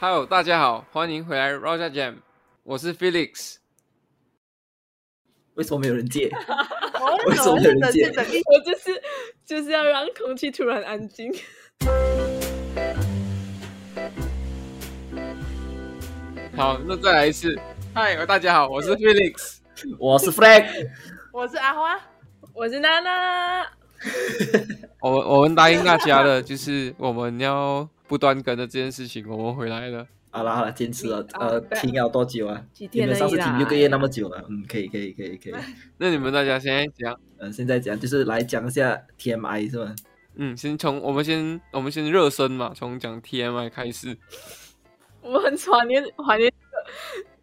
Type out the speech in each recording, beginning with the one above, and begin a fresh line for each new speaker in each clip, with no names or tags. Hello，大家好，欢迎回来 Roger Jam，我是 Felix。
为什么没有人接？
为
为什么没有人接
等
我就是就是要让空气突然安静。
好，那再来一次。嗨，大家好，我是 Felix。
我是 Frank，
我是阿花，
我是娜娜，
我们我们答应大家了， 就是我们要不断更的这件事情，我们回来了。
好了好了，坚持了，呃，
哦对
停了多久啊？
几
你
天
们
而
上
已
次停
啦。
六个月那么久了，嗯，可以可以可以 可以。
那你们大家现在讲，
嗯，现在讲就是来讲一下 TMI 是吗？
嗯，先从我们先我们先热身嘛，从讲 TMI 开始。
我很怀念怀念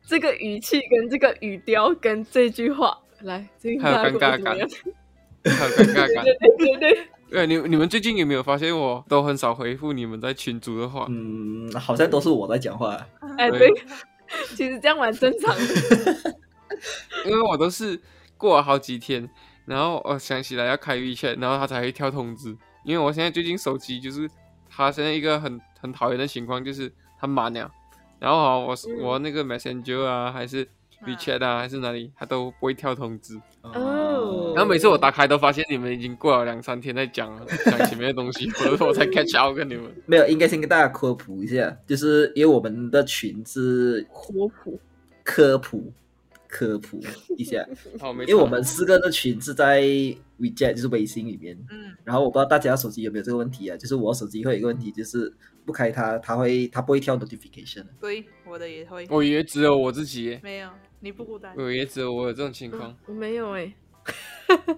这个这个语气跟这个语调跟这句话。来，这个
还有
大家
尴尬感
怎么样
还有尴尬 感。
对对对对，
对，你你们最近有没有发现我都很少回复你们在群组的话？
嗯，好像都是我在讲话。
哎
对
对，其实这样蛮正常的。
因为我都是过了好几天，然后我想起来要开 WeChat，然后它才会跳通知。因为我现在最近手机就是它现在一个很很讨厌的情况就是它满了，然后啊我、是我那个 Messenger 啊还是 WeChat 啊还是哪里它都不会跳通知，
嗯
哦
然后每次我打开都发现你们已经过了两三天在讲了讲前面的东西， 我说我才 catch up 跟你们。
没有，应该先跟大家科普一下，就是因为我们的群是
科普，
科普科普一 下，
好，没
因为我
错，
们四个的群是在 WeChat 就是微信里面，
嗯，
然后我不知道大家手机有没有这个问题啊，就是我手机会有一个问题，就是不开它，它会它不会跳 notification 的。
对，我的也会，
我以为只有我自己耶，
没有，你不孤单，
嗯
我以为只有我有这种情况。
我没有哎。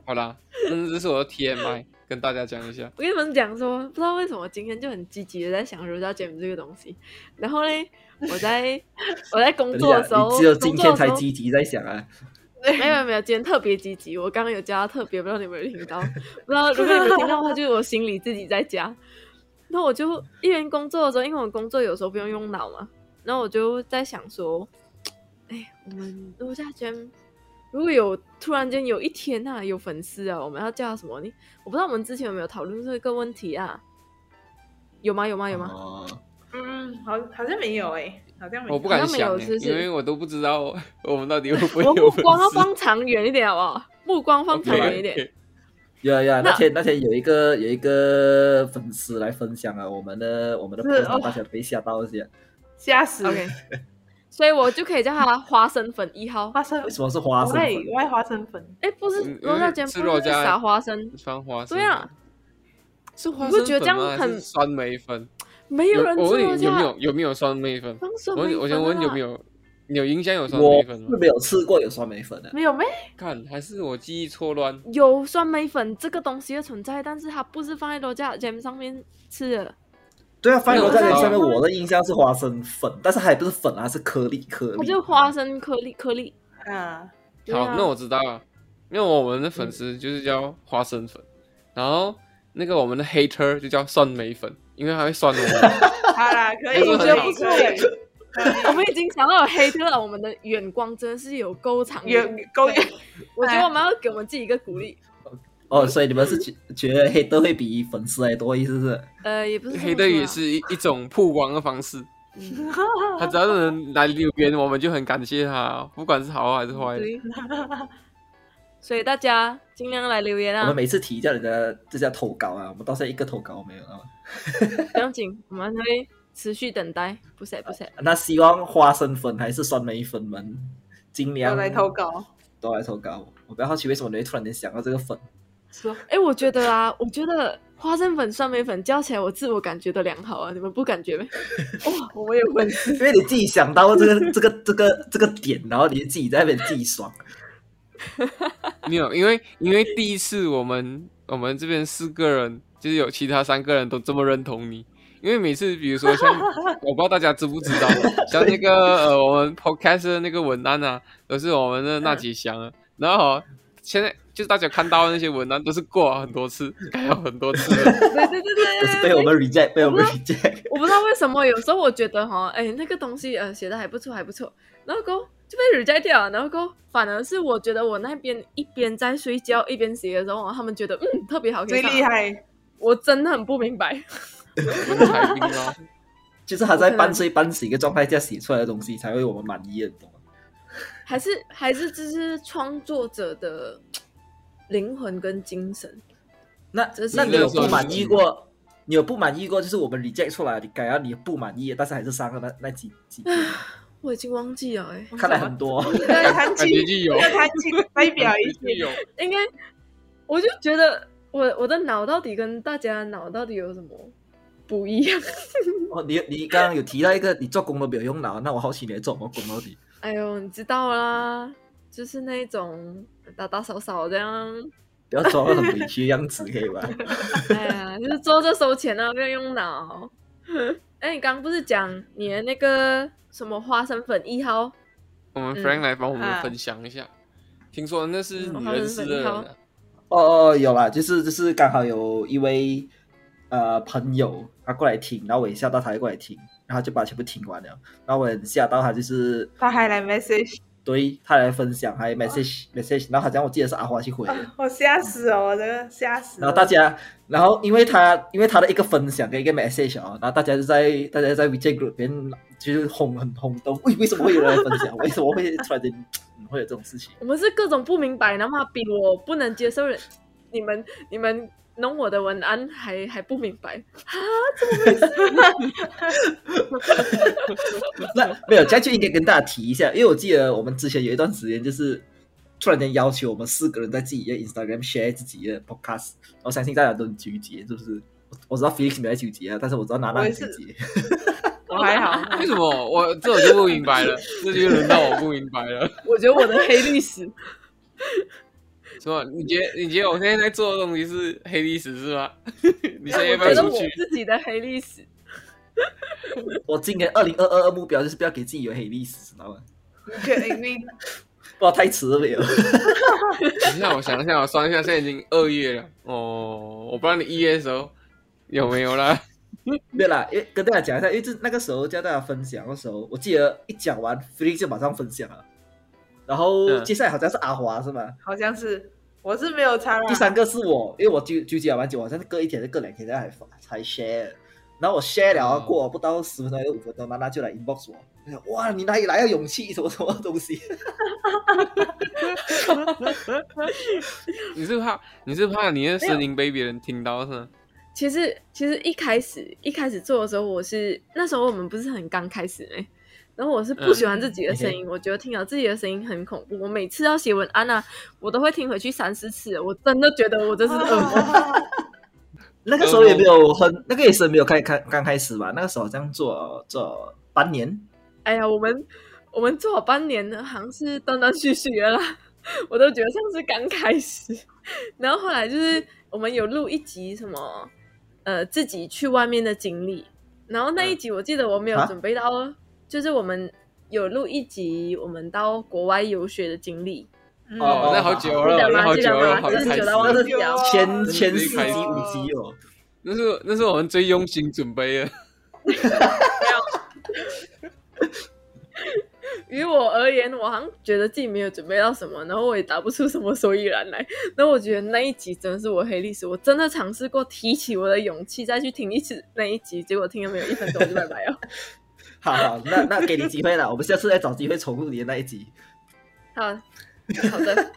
好啦，那这是我的 TMI，跟大家讲一下。
我跟你们讲说，不知道为什么今天就很积极的在想柔道节目这个东西。然后嘞，我在我在工
等一
作
下，
的时候，
你只有今天才
工作的时候
积极在想啊，
没有没有，今天特别积极，我刚刚有加到特别，不知道你们有没有听到，不知道如果你们有听到的话，就是我心里自己在加。然后我就一边工作的时候，因为我工作有时候不用用脑嘛，然后我就在想说，哎，我们如果下圈，如果有突然间有一天啊有粉丝啊，我们要叫他什么？你我不知道我们之前有没有讨论这个问题啊？有吗？有吗？有吗？
哦，
嗯，好，好像没有哎，好像没有，
我不敢
好像没
想、
有
欸，
是不是
因为我都不知道我们到底会不会
我们
有
目
粉丝。
光要放长远一点好不好？目光放长
OK，OK
远一点。
有啊有啊，
那
那天那天有一个有一个粉丝来分享啊，我们的我们的
是
post 啊
哦
大家都被吓到一些。
吓死
OK，所以我就可以叫他花生粉一号。
花生
为，什么是花生粉？
喂，我爱花生粉，
哎，不是
嗯
罗家尖，
吃
不
肉
是
夹
撒花生，
放花生，
对啊，，
是花
你
生
不觉得这样
粉吗还是
很
酸梅粉？
没有人
我
吃
问
罗
你有没
家
有有没有酸梅粉？
放
我
酸梅
问你我
粉
先问有没
啊？
有有印象有酸
我
梅粉
是
吗？
没有吃过有酸梅粉的，
没有没，
看还是我记忆错乱？
有酸梅粉这个东西的存在，但是它不是放在罗家尖上面吃的。
对啊，翻
没
罗
有
在
我知道
上面，我的印象是花生粉，但是它也不是粉啊，是颗粒颗粒。
它就是花生颗粒颗粒。
啊，
对
好
啊，嗯
那我知道了，因为我们的粉丝就是叫花生粉，然后那个我们的 hater 就叫酸梅粉，因为它会酸我们。
好啦，
哎
可以，
我觉得
可以
不错
可 以
我们已经想到有黑特了，我们的眼光真的是有够长
有
远。哎
够远，
我觉得我们要给我们自己一个鼓励。
哦，所以你们是觉觉得黑豆会比粉丝还多，意思是？
呃，也不是这么
黑的
说啊嗯
也是一一种曝光的方式，他只要是能来留言，我们就很感谢他，不管是好还是坏。
对。所以大家尽量来留言
我
啊
们，每次提叫人家这叫投稿啊，我们到现在一个投稿都没有啊。
不用紧，我们会持续等待，不是不是。
那希望花生粉还是酸梅粉们尽量
我来投，稿，
都来投稿。我比较好奇为什么你会突然间想到这个粉，
说
哎、我觉得啊，我觉得花生粉、酸梅粉加起来，我自我感觉都良好啊，你们不感 觉吗？
哇，我有 粉丝，
因为你自己想到这个这个这个这个点，然后你就自己在那边自己爽。
没有，因为因为第一次我们我们这边四个人，就是有其他三个人都这么认同你。因为每次比如 说像我不知道大家知不知道，像那个呃我们 podcast 的那个文案啊，都是我们的那几箱啊。然后哦现在就是大家看到的那些文案都是过了很多次，改了很多次了。
对对对对
可是被我 们 reject，被我们 reject。
我不知道为什么，有时候我觉得哈，哎、那个东西呃写的还不错，还不错，然后过后就被 reject 掉了，然后过后反而是我觉得我那边一边在睡觉一边写的时候，他们觉得嗯特别好，可
最
以上
厉害，
我真的很不明白，
我们的来宾啊，
就是他在
不可能
半睡半醒的状态下写出来的东西才会我们满意的，你懂吗？
还是还是这是创作者的灵魂跟精神。
那
这是
那你有
这是
不满意过？你有不满意过？就是我们 reject 出来，你改啊，你不满意，但是还是上了那那几几篇，
我已经忘记了 哎、
看来很多。
对，弹
感
琴，
觉就有，
要弹琴代表一
就
些。
有，
应该我就觉得我我的脑到底跟大家脑到底有什么不一样？
哦，你你刚刚有提到一个，你做工都没有用脑，那我好奇你在做什么工到 底？
哎呦，你知道啦，就是那种打打扫扫这样，
不要装得很委屈的样子，可以吧？
哎 呀，就是做这收钱啊，不要用脑。 哎，你刚刚不是讲你的那个什么花生粉一号？
我们
嗯
Frank 来帮我们
啊
分享一下。听说那是
嗯
你
好
认识的人、
很
啊，
哦哦，有啦，就是就是刚好有一位呃朋友他过来听，然后我也吓到他也过来听，然后就把全部听完了，然后我很吓到他就是
他还来 message，
对他来分享，还 message、message，然后好像我记得是阿花去回的。
我吓死了，我真的吓死了。
然后大家，然后因为他因为他的一个分享跟一个 message 啊、然后大家就在大家在 WeChat group 里面就是轰很轰动，为为什么会有人来分享？为什么会突然间嗯会有这种事情？
我们是各种不明白，然后他比我不能接受人，你们你们弄我的文案还还不明白，
那没有，这样就应该跟大家提一下，因为我记得我们之前有一段时间就是突然间要求我们四个人在自己的 Instagram share 自己的 podcast，我相信大家都很纠结，是不是？我我知道 Felix 没有在纠结啊，但是我知道娜娜
我
很
也
纠
是
结。
我还好，
为什么我这我就不明白了，这就轮到我不明白了，
我觉得我的黑历史，
是吧？你觉得你觉得我现在在做的东西是黑历史是吗？ 你现在要
我
不要
觉得
出
我
去？
自己的黑历史
我今年二零二二二目标就是不要给自己有黑历史，知道吗？
你觉得你
不知道太迟了没有？
等一下，我想一下，我算一下，现在已经二月了。哦，我不知道你一月的时候有没有啦。
对啦，因为跟大家讲一下，因为这那个时候叫大家分享的时候，我记得一讲完 f e l i 就马上分享了，然后
嗯
接下来好像是阿华是吗？
好像是，我是没有参啦。
第三个是我，因为我纠纠结完久，我好像是隔一天还是隔两天才发才 share，然后我 share 了、
嗯
过了不到十分钟还是五分钟，娜娜就来 inbox 我，她说哇，你哪里来的勇气？什么什么 东西？
你是怕你是怕你的声音被别人听到是吗？
其实其实一开始一开始做的时候，我是那时候我们不是很刚开始哎、然后我是不喜欢自己的声音，我觉得听到自己的声音很恐怖。我每次要写文案啊，我都会听回去三四次，我真的觉得我
啊
这是噩梦。
那个时候也没有很，那个也是没有开开刚开始吧，那个时候好像做做半年，
哎呀，我们我们做好半年呢，好像是断断续续的啦， 我都觉得像是刚开始。 然后后来就是我们有录一集什么，呃，自己去外面的经历。然后那一集我记得我没有
啊
准备到，就是我们有录一集我们到国外游学的经历，
嗯
哦，那好久了，那好
记
久
得
了，
吗
好
记
开
得吗
始
记得
了。
吗
那是
有啊
前
真是
前
一
四集
开始
五集哦。
那是那是我们最用心准备的。
于我而言，我好像觉得自己没有准备到什么，然后我也答不出什么所以然来。那我觉得那一集真的是我黑历史，我真的尝试过提起我的勇气再去听一次那一集，结果听了没有一分钟就拜拜了。
好好，那那给你机会了，我们下次再找机会重录你的那一集。
好，好的，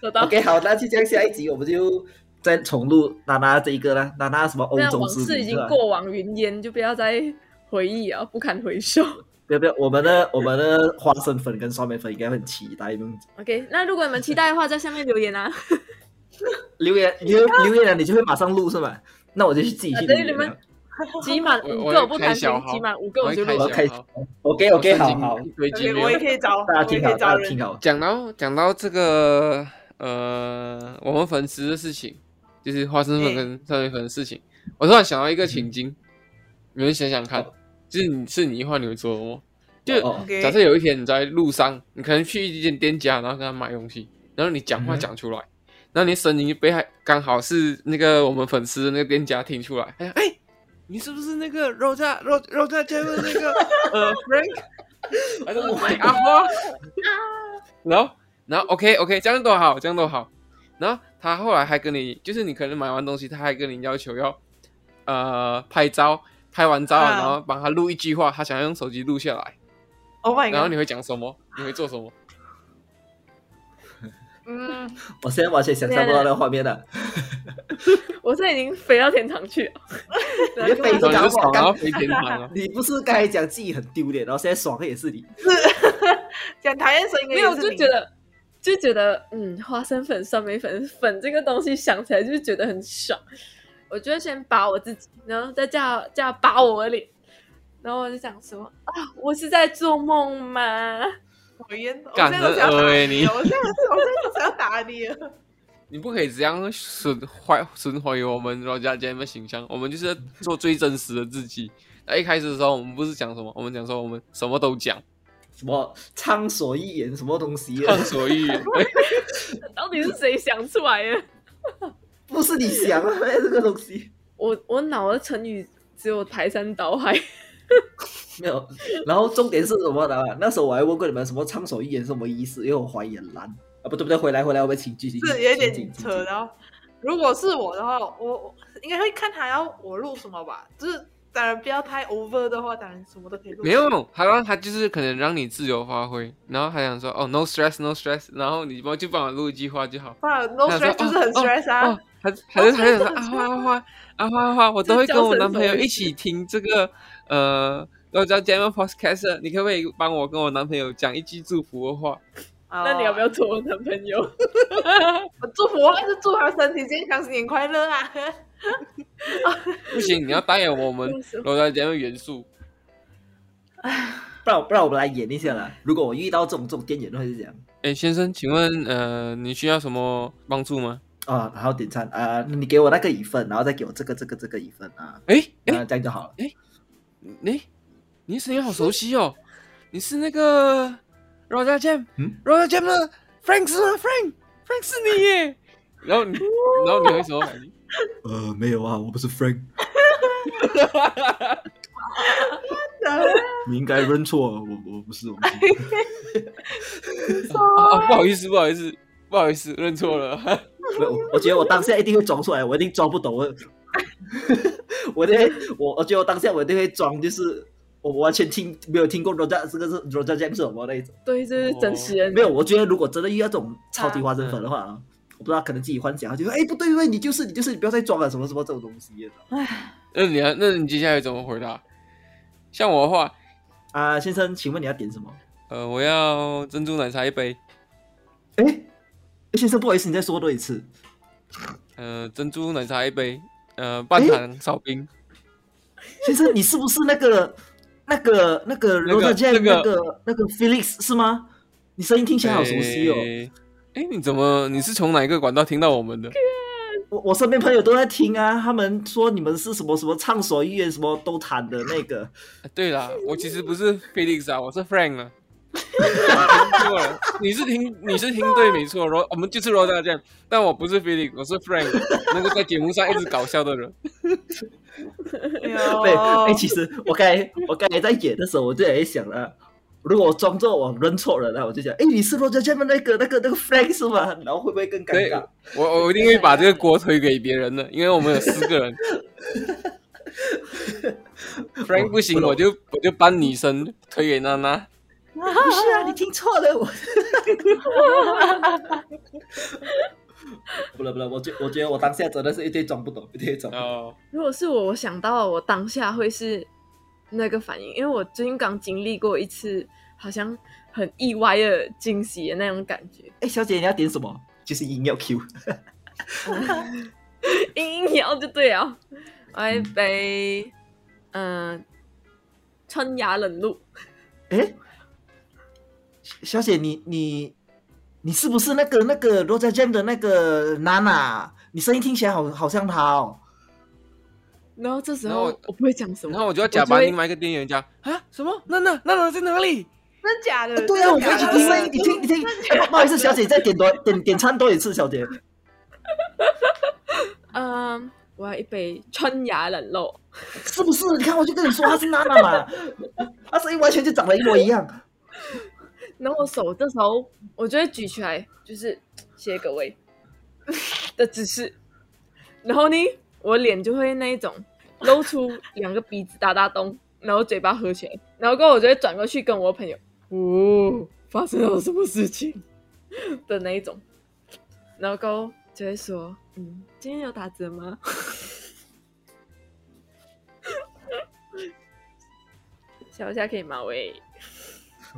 收到。
OK，好，那就这样，下一集我们就再重录娜娜这一个啦，娜娜什么欧
那
洲
往
之
事
旅
已
是
经
吧？
过往云烟，就不要再回忆啊，不堪回首。
不要不要，我们的我们的花生粉跟酸梅粉应该会很期待。不用
OK，那如果你们期待的话，在下面留 言啊。
留言留留言了，你就会马上录是吗？那我就去自己去留
对
言
你们
了。
集满
我
五
我会
个我不
开
谈
小
评，
号
集满五个
我
我
会
就
开
录
小
了
号。
OK OK
我
OK，
申
好
请
好，
一堆机
OK，
没
我也
有。
可以找，
大家
我也
听
可
好，
以找
大家听
人。
好。
讲到讲到这个呃，我们粉丝的事情，就是花生粉
哎
跟酸梅粉的事情，我突然想到一个情境，你们想想看，就是你是你的话，你会做什么？就
哦，
OK，
假设有一天你在路上，你可能去一间店家，然后跟他买东西，然后你讲话
嗯哼
讲出来，然后你的声音被他刚好是那个我们粉丝的那个店家听出来，他讲哎，你是不是那个肉炸肉肉炸酱的那个呃 Frank？还是我买阿花？然后然后 OK OK，这样都好，这样都好。然后他后来还跟你，就是你可能买完东西，他还跟你要求要呃拍照。拍完照，
啊
然后帮他录一句话，他想要用手机录下来，
Oh my
然后你
god！
会讲什么？你会做什么？
嗯，
我现在完全想象不到那个画面了。
我现在已经飞到天堂去了，
你就飞
然后
走
你就爽，然
刚！
后飞天堂啊
你不是刚才讲自己很丢脸，然后现在爽的也是你，
讲讨厌谁？应该
没有
也是
就
你
觉得就觉得嗯，花生粉、酸梅粉粉这个东西想起来就是觉得很爽。我就会先拔我自己，然后再叫叫拔我的脸，然后我就想说啊，我是在做梦吗？
讨厌，我
干
现在都想
很恶
打
欸你
你哦了，我现在我现在都想打你了。
你不可以这样损坏损毁我们罗家姐的形象，我们就是做最真实的自己。那一开始的时候，我们不是讲什么，我们讲说我们什么都 讲，
什么畅所欲言，什么东西啊
畅？所欲言。对
到底是谁想出来的？
不是你想的这个东西，
我我脑的成语只有排山倒海，
没有。然后重点是什么呢？那时候我还问过你们什么畅所欲言是什么意思，因为我怀疑很烂啊，不对不对，回来回来，我们请剧情，
是有
请
点
请
扯。
请
然后，如果是我的话，我我应该会看他要我录什么吧，就是当然不要太 over 的话，当然什么都可以 录。
没有，他让他就是可能让你自由发挥，然后他想说哦，no stress，no stress，然后你帮就帮我录一句话就好。
啊，no
他说
stress 就是很
哦
stress
哦
啊
哦，还是还是
stress
还是
很
说啊花啊花啊花啊花，我都会跟我男朋友一起听这个呃，我叫 j a m Podcast，你可不可以帮我跟我男朋友讲一句祝福的话？
那你要不要
哦
做我男朋友？
我哦祝福我还是祝他身体健康，新年快乐啊！
不行，你要带有我们罗家姐的元素。
不然不然我们来演一下啦。如果我遇到这种这种店员会是这样
哎，先生，请问呃，你需要什么帮助吗？
啊，然后点餐啊，你给我那个一份，然后再给我这个这个这个一份啊，
哎哎
啊这样就好了。
哎，你的声音好熟悉哦，你是那个罗家 Jam，
嗯
罗家 Jam 的 Frank 是吗？Frank Frank 是你耶。 然后你，然后你会什么反应？
呃，没有啊，我不是 Frank，你应该认错，我我不是，我不是。
啊，
哦
啊不
哎
好意思，不好意思，不好意思，认错了。
我我觉得我当下一定会装出来，我一定装不懂。我我一定会，我我觉得我当下我一定会装，就是我完全听没有听过 Roger 这个是 Roger James 什么那一种。
对，这是真实人
没有，我觉得如果真的遇到这种超级花生粉的话，
嗯
啊、我不知道可能自己幻想，他就说哎不对不对，你就是你就是你不要再装了什么什么这种东西了
那你要，那你接下来怎么回答？像我的话，
啊、先生，请问你要点什么？
呃，我要珍珠奶茶一杯，
哎，哎先生不好意思，你再说多一次。
呃，珍珠奶茶一杯，呃，半糖少冰，
先生，你是不是那个那个那个
那个
Roger James
那
那
个
个那个 Felix 是吗？你声音听起来好熟悉哦。
诶。哎，你怎么？你是从哪一个管道听到我们的？啊
我我身边朋友都在听啊，他们说你们是什么什么畅所欲言，什么都谈的那个。
啊对啦，我其实不是 Felix 啊，我是 Frank 啊。 听错了，你是听你是听对没错，罗我们就是罗大酱，但我不是 Felix，我是 Frank，那个在节目上一直搞笑的人。
对，
对
哎、其实我刚才我刚才在演的时候，我就在想了，如果我装作我认错人了，我就想，哎、你是 Roger James 那个那个那个 Frank 是吗？然后会不会更尴
对
尬？
我我一定会把这个锅推给别人的，因为我们有四个 人。Frank 不行，
哦不懂
我就我就搬女生推给娜娜。
不是啊，你听错了，我。 不了不了，我觉我觉得我当下真的是一堆装不懂，一堆装不懂。
哦，
如果是我，我想到我当下会是那个反应，因为我最近刚经历过一次好像很意外的惊喜的那种感觉，
哎、小姐你要点什么？就是音要 Q。
硬硬摇就对了。 我会被嗯、呃春芽冷露，
哎，小姐，你你你是不是那个那个 Roger Jam 的那个娜娜？你声音听起来好好像她哦。
然后这时
然后
候
我
我不会讲什
然
么，
后我就要假扮另外一个店员讲啊什么？娜娜娜娜在哪里？
真假的？
对啊，我
真
可以去
的假的
听声音，你听你听。哎不好意思，小姐，再点多点点餐多一次，小姐。
嗯、我要一杯春芽冷露。
是不是？你看，我就跟你说她是娜娜嘛，她声音完全就长得一模一样。
然后我手这时候我就会举起来，就是谢谢各位的指示。然后呢，我脸就会那一种露出两个鼻子大大洞，然后嘴巴合起来，然后过后我就会转过去跟我朋友，哦，发生了什么事情 的那一种，然后过后就会说，嗯，今天有打折吗？ 笑一下可以吗？喂，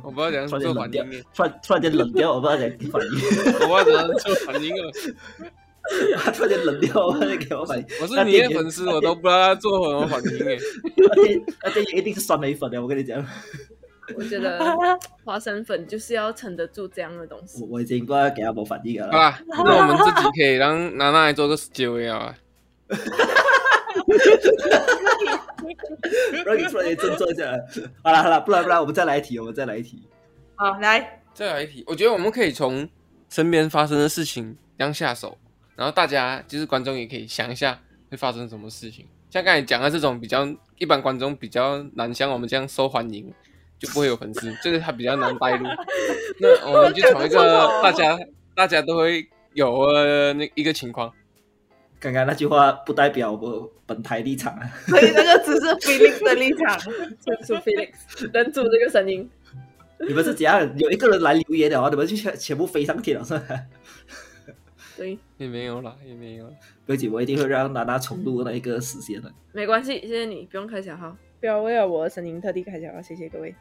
我不知道怎样
突然
做反
间冷
应欸，，
掉突然突然间冷掉，我不知道怎样反应，
我不知道怎样做反应欸 了。
突然间冷掉，我不知道怎么反应。
我是
那
你
店
的
员
粉丝，我都不知道他做什么反应哎。
那天那天一定是酸梅粉的，我跟你讲，
我觉得花生粉就是要撑得住这样的东
我
西。
我已经快要给他们反应了
好
啦。
啦， 那我们自己可以让娜娜来做个结尾啊。
让你突然间振作一下。好了好了，不然不然我们再来一题，我们再来一题。
好，来，
再来一题，我觉得我们可以从身边发生的事情当下手，然后大家就是观众也可以想一下会发生什么事情。像刚才讲的这种比较一般观众比较难像我们这样受欢迎，就不会有粉丝，就是他比较难带入。那我们就从一个大家大家都会有呃那一个情况，
刚刚那句话不代表我本台立场啊。
所以那个只是 Felix 的立 场。
忍住 Felix，忍住这个声音。
你们是怎样？有一个人来留言啊的话，你们就全全部飞上天了是吧？
对，
也没有啦，也没有啦。
不要紧，我一定会让娜娜重录那一个时间的。
没关系，谢谢你，不用开小号，不要为了我的声音特地开小号，谢谢各位。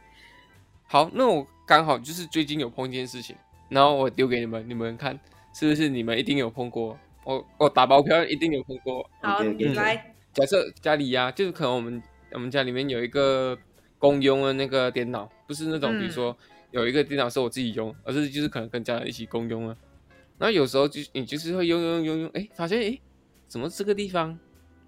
好，那我刚好就是最近有碰一件事情，然后我丢给你们，你们看是不是你们一定有碰过？我我打包票一定有碰过。
好，
OK，OK，
你来，
假设家里呀、就是可能我们我们家里面有一个公用的那个电脑，不是那种比如
嗯
说有一个电脑是我自己用，而是就是可能跟家人一起共用啊。然后有时候就你就是会用用用用，哎，发现哎，诶怎么这个地方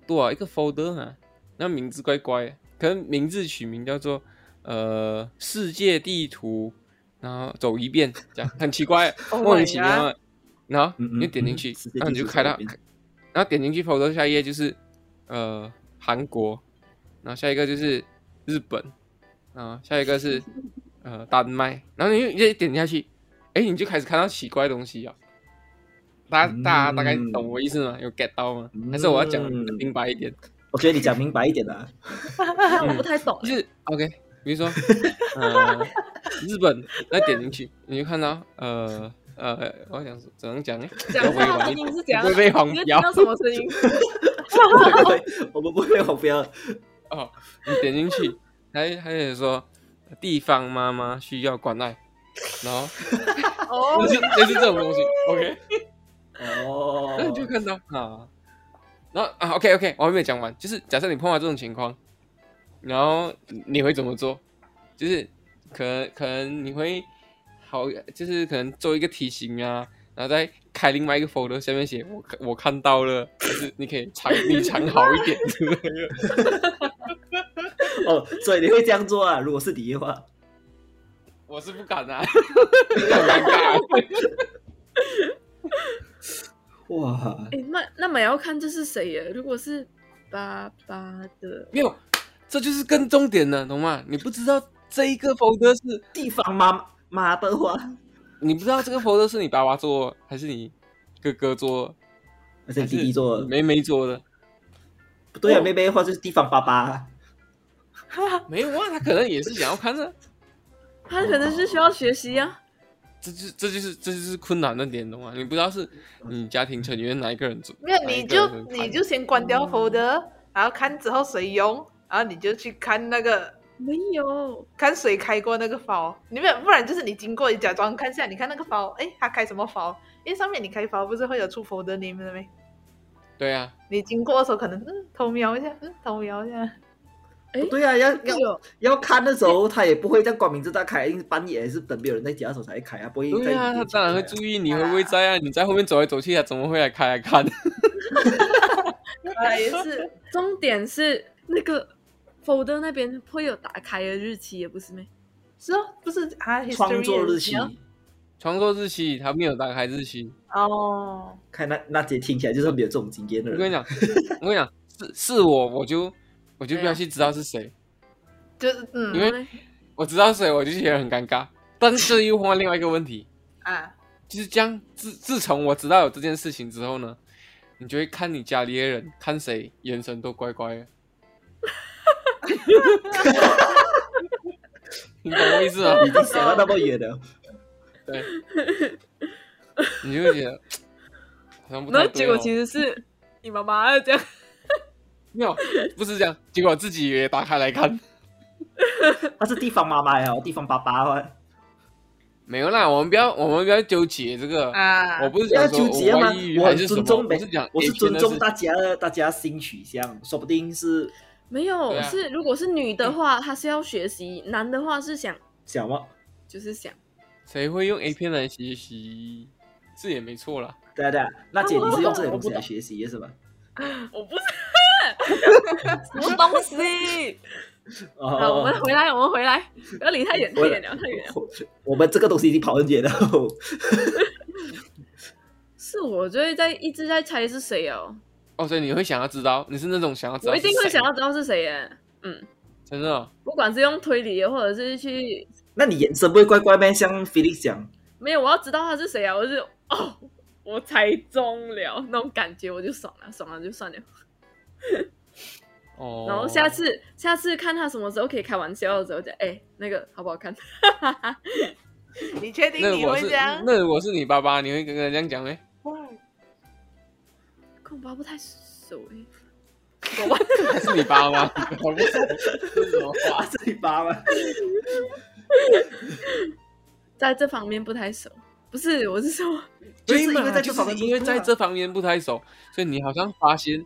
多啊一个 folder 啊？那名字怪怪的，可能名字取名叫做呃世界地图，然后走一遍，这样很奇怪，
Oh
莫名
my
其妙的。然后
嗯嗯
你就点进
嗯
去
世，界
然后你
地
就
图
开
走
到
一遍，
然后点进去 Photo 下一页就是呃韩国，然后下一个就是日本，然后下一个是呃丹麦，然后你就你就点下去，哎，你就开始看到奇怪的东西啊。大家大家大概懂我意思吗？有 get 到吗？还是我要讲
嗯
明白一点？
我觉得你讲明白一点啊啦。
嗯
但我不太懂
就，是 OK，比如说，呃，日本，那点进去，你就看到，呃呃，我要讲怎样讲呢？
讲一下它声音是怎样
不会被黄
你就听
标
到什么声音？
我们不会，我们不会红标。
哦，你点进去，还还有说地方妈妈需要关爱，然后
哦
就，是就是这种东西，OK，
哦
那，你就看到啊，然后啊，OK OK，我还没有讲完，就是假设你碰到这种情况，然后你会怎么做？就是可能可能你会好，就是可能做一个题型啊，然后再开另外一个 folder 下面写我看我看到了，就是你可以藏你藏好一点之类的。
哦，所以你会这样做啊？如果是你的话，
我是不敢 啊，有点尴尬。
哇，
哎，那那么也要看这是谁耶？如果是爸爸的，
没有，这就是更重点了，懂吗？你不知道这一个 folder 是，
地方妈妈的话，
你不知道这个 folder 是你爸爸做还是你哥哥做，
而且弟弟做
还是
的
妹妹做的？
不对啊，妹妹的话就是地方爸爸啊。
没有啊，他可能也是想要看的。
他可能是需要学习啊。
这就这就是这就是困难的点，懂吗？你不知道是你家庭成员哪一个人做，
没有，
哪一
你
个
就
人看
你就先关掉 folder，然后看之后谁用，然后你就去看那个
没有，
看谁开过那个包，你没有，不然就是你经过，你假装看一下，你看那个包，哎，他开什么包？因为上面你开包不是会有出 folder name 的没？
对啊，
你经过的时候可能嗯偷瞄一下，嗯偷瞄 一下，
对啊，要要
有
要看的时候，他也不会在光明正大开，因为半夜也是等别人在家的时候才会开啊，不会在
对啊，他
年前
当然会
开啊
注意你会不会在啊，你在后面走来走去，他怎么会来开来看？
啊也是，
重点是那个 folder 那边会有打开的日期，也不是咩？
是哦，不是啊，
创作日期
history 也是
创作日期他没有打开日期，
哦，
看那那姐听起来就是没有这种经验的
我跟你讲，
人。
我跟你讲，是是我，我就我就不要去知道是谁，
就是
因
嗯
为我知道谁，我就觉得很尴尬。但是这又换另外一个问题，
啊，
就是这样。自自从我知道有 这件事情之后呢，你就会看你家里的人，看谁眼神都怪怪的，你懂我意思吗？
已经想到那么远了，
对，你就会觉得好像不
然
太
后
对、
结
哦。
果其实是你妈妈这样，
没有，不是这样，结果自己也打开来看，
他是地方妈妈呀，地方爸爸啊，
没有啦，我们不要，我们不要纠结这个。
啊，
我不是
不要
讲说
纠结
我
嘛
怀疑，
我
还
很
是什
尊
么，
重
我
每
是讲，
我是尊重
的
大家大家新取向，说不定是
没有、
对啊
是如果是女的话，她是要学习；男的话是想
想嘛，
就是想，
谁会用 A 片来学习？是也没错啦。
对啊对啊，那姐
啊我
你是用这些
我
东西
不
来
懂
学习的是吧？
我 不是什么东西。好，我
哦
们，回来，我们回来，不要离太远，太
我
远了，太远了。
我们这个东西已经跑很远了，
是我就会在一直在猜是谁哦，
哦，所以你会想要知道，你是那种想要知道
我
是
一
谁，
定会想要知道是谁耶。嗯，
真的哦、
不管是用推理的，或者是去
那你眼神不会怪怪咩？像 Felix 讲，
没有，我要知道他是谁啊！我是哦，我猜中了那种感觉，我就爽了，爽了就算了。
哦。
然后下次下次看他什么时候可以开玩笑的时候，就哎那个好不好看？
你确定
那
你
如果
会
是
这样？
那如果是你爸爸，你会跟人家讲没？
跟我爸不太熟哎，
还是你爸 妈？ 我不知道这是什么 话
哇，是你爸吗？
在这方面不太熟。不是，我是说，
就是因
对嘛
为在
就
这方面
是因为
不懂啊
在这方面不太熟，所以你好像发现，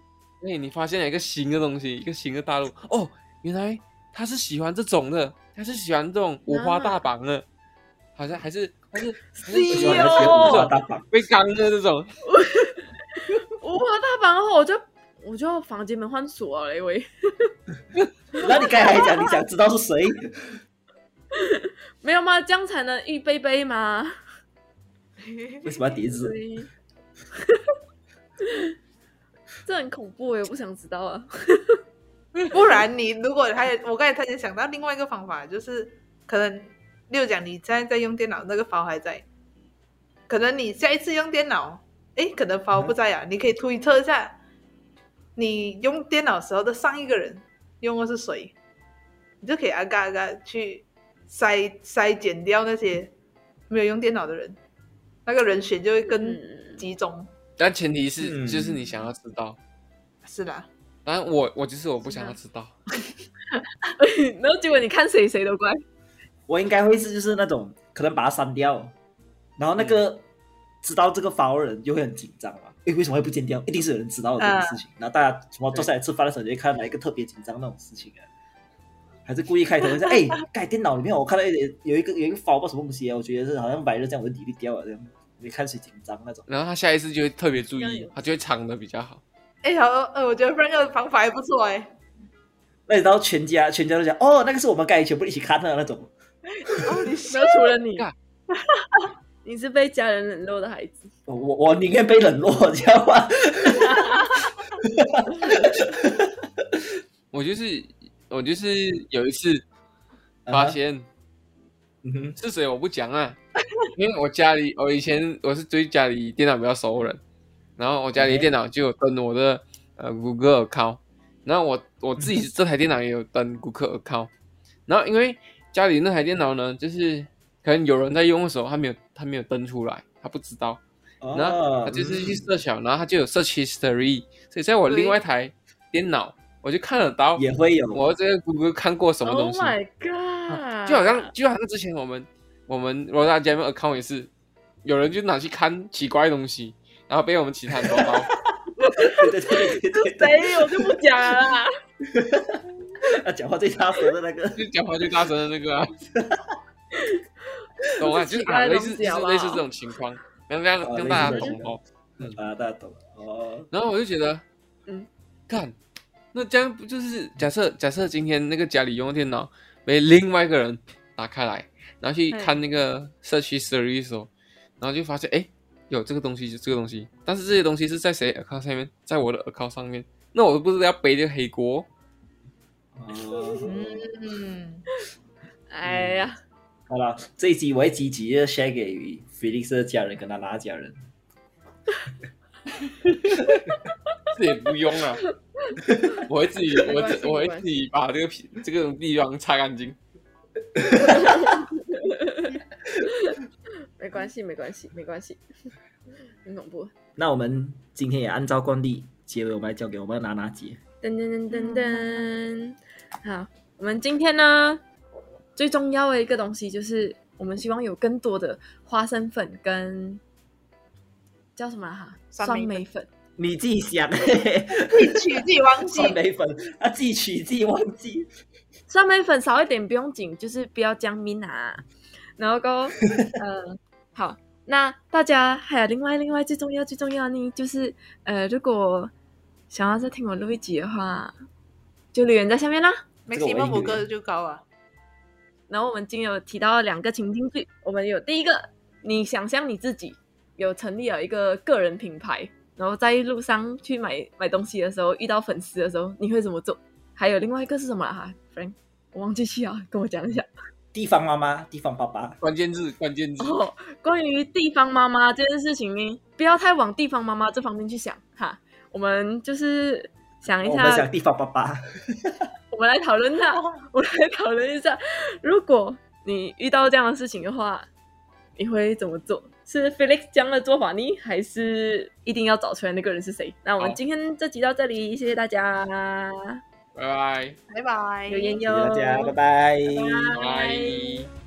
哎，你发现了一个新的东西，一个新的大陆。哦，原来他是喜欢这种的，他是喜欢这种五
啊
花大绑的，好像还是还是还是喜欢
哦
哎呦
这种
大棒，
被刚的这种。
五花大绑后，我就我就房间门换锁了，因为
那你刚才还讲你想知道是谁？
没有吗？这样才能预备备吗？
为什么要叠字
所？以这很恐怖哎，我不想知道啊。
不然你如果还有，我刚才突然想到另外一个方法，就是可能六讲你现在在用电脑，那个包还在，可能你下一次用电脑，诶，可能包不在啊，你可以推测一下，你用电脑时候的上一个人用的是谁，你就可以啊嘎啊嘎去筛筛减掉那些没有用电脑的人，那个人选就会更
嗯，
集中，
但前提是，
嗯
就是你想要知道。
是啦，
当然我，我就是我不想要知道。
然后结果你看谁谁都乖，
我应该会是就是那种可能把它删掉，然后那个、知道这个发的人就会很紧张嘛。诶，为什么会不见掉？一定是有人知道的这种事情。然后大家什么坐下来吃饭的时候，就会看到哪一个特别紧张那种事情啊，还是故意开头就说：“哎，盖电脑里面我看到一点有一个有一个发不知道什么东西啊，我觉得是好像白了这样，我就 delete 掉了这样。”你看谁紧张那种？
然后他下一次就会特别注
这样有
意，他就会藏的比较好。
诶，好，呃，我觉得 Frank 的方法还不错诶。
那你知道全家全家都讲哦，那个是我们该全部一起看的那种。
哦，你
然后除了你
干，
你是被家人冷落的孩子。
我我我宁愿被冷落，知道吗？
我就是我就是有一次发现
嗯哼，
是谁，我不讲啊，因为我家里我以前我是对家里电脑比较熟的人，然后我家里
OK
电脑就有登我的呃谷歌 account，然后我我自己这台电脑也有登谷歌 account，然后因为家里那台电脑呢，就是可能有人在用的时候，他没有他没有登出来，他不知道。然后
哦，
他就是去
嗯
设小，然后他就有 search history，所以在我另外一台电脑，我就看得到
也会有
我这个谷歌看过什么
Oh
东西，啊
my god！
就好像就好像之前我们我们罗大 Jam account 也是，有人就拿去看奇怪的东西，然后被我们其他人抓 到，
对对对对对对，
谁我就不讲了啦。
他讲话最大声的那个，
就讲话最大声的那个、啊，懂啊？
这
就是是啊
奇怪
类
的东
似
西
就是
好不好
类似这种情况，让大家
哦
让大
类
家
似这种
懂哦。
啊，大家懂哦。
然后我就觉得，
嗯
嗯，看，那这样不就是假设假设今天那个家里用的电脑被另外一个人打开来，然后去
嗯
看那个社区 story 的时候，然后就发现哎，诶有这个东西就这个东西，但是这些东西是在谁 account 上面，在我的 account 上面，那我不是要背这个黑锅？
哦，
嗯，
哎呀，
好了，这一集我会积极的 share 给 Felix 的家人跟他拿家人。
这也不用 啊，我会自己，
没
我
关系
自我
没
会
关系
自己把这个皮这个地方擦干净。
没关系，没关系，没关系，很恐怖。
那我们今天也按照惯例，结尾我们来交给我们的娜娜姐。
噔噔噔噔噔，好，我们今天呢最重要的一个东西就是，我们希望有更多的花生粉跟叫什么啊哈、
酸
酸
梅
梅粉，
你自己 想，
自己取自己忘记
酸，梅粉，啊，自己取自己忘记。
酸梅粉少一点不用紧，就是不要姜米拿。然后够，呃，好，那大家还有另外另外最重要最重要呢，就是呃，如果想要再听我录一集的话，就留言在下面啦。
没
这个我
起
一
码
定
五
留
个就高啊。
然后我们今天有提到两个情境剧，我们有第一个，你想象你自己有成立了一个个人品牌，然后在路上去买买东西的时候遇到粉丝的时候，你会怎么做？还有另外一个是什么啊哈，Frank，我忘记去啊，跟我讲一下。
地方妈妈，地方爸爸，
关键字，关键字，
哦，关于地方妈妈这件事情呢，不要太往地方妈妈这方面去想哈。我们就是想一
哦我
下，
们想地方爸爸，
我们来讨论一下，我们来讨论一下，如果你遇到这样的事情的话，你会怎么做？是 Felix 这样的做法呢，还是一定要找出来那个人是谁？那我们
好
今天这集到这里，谢谢大家，
拜拜，
拜拜，
有言
谢
有
谢大家，拜拜
拜拜。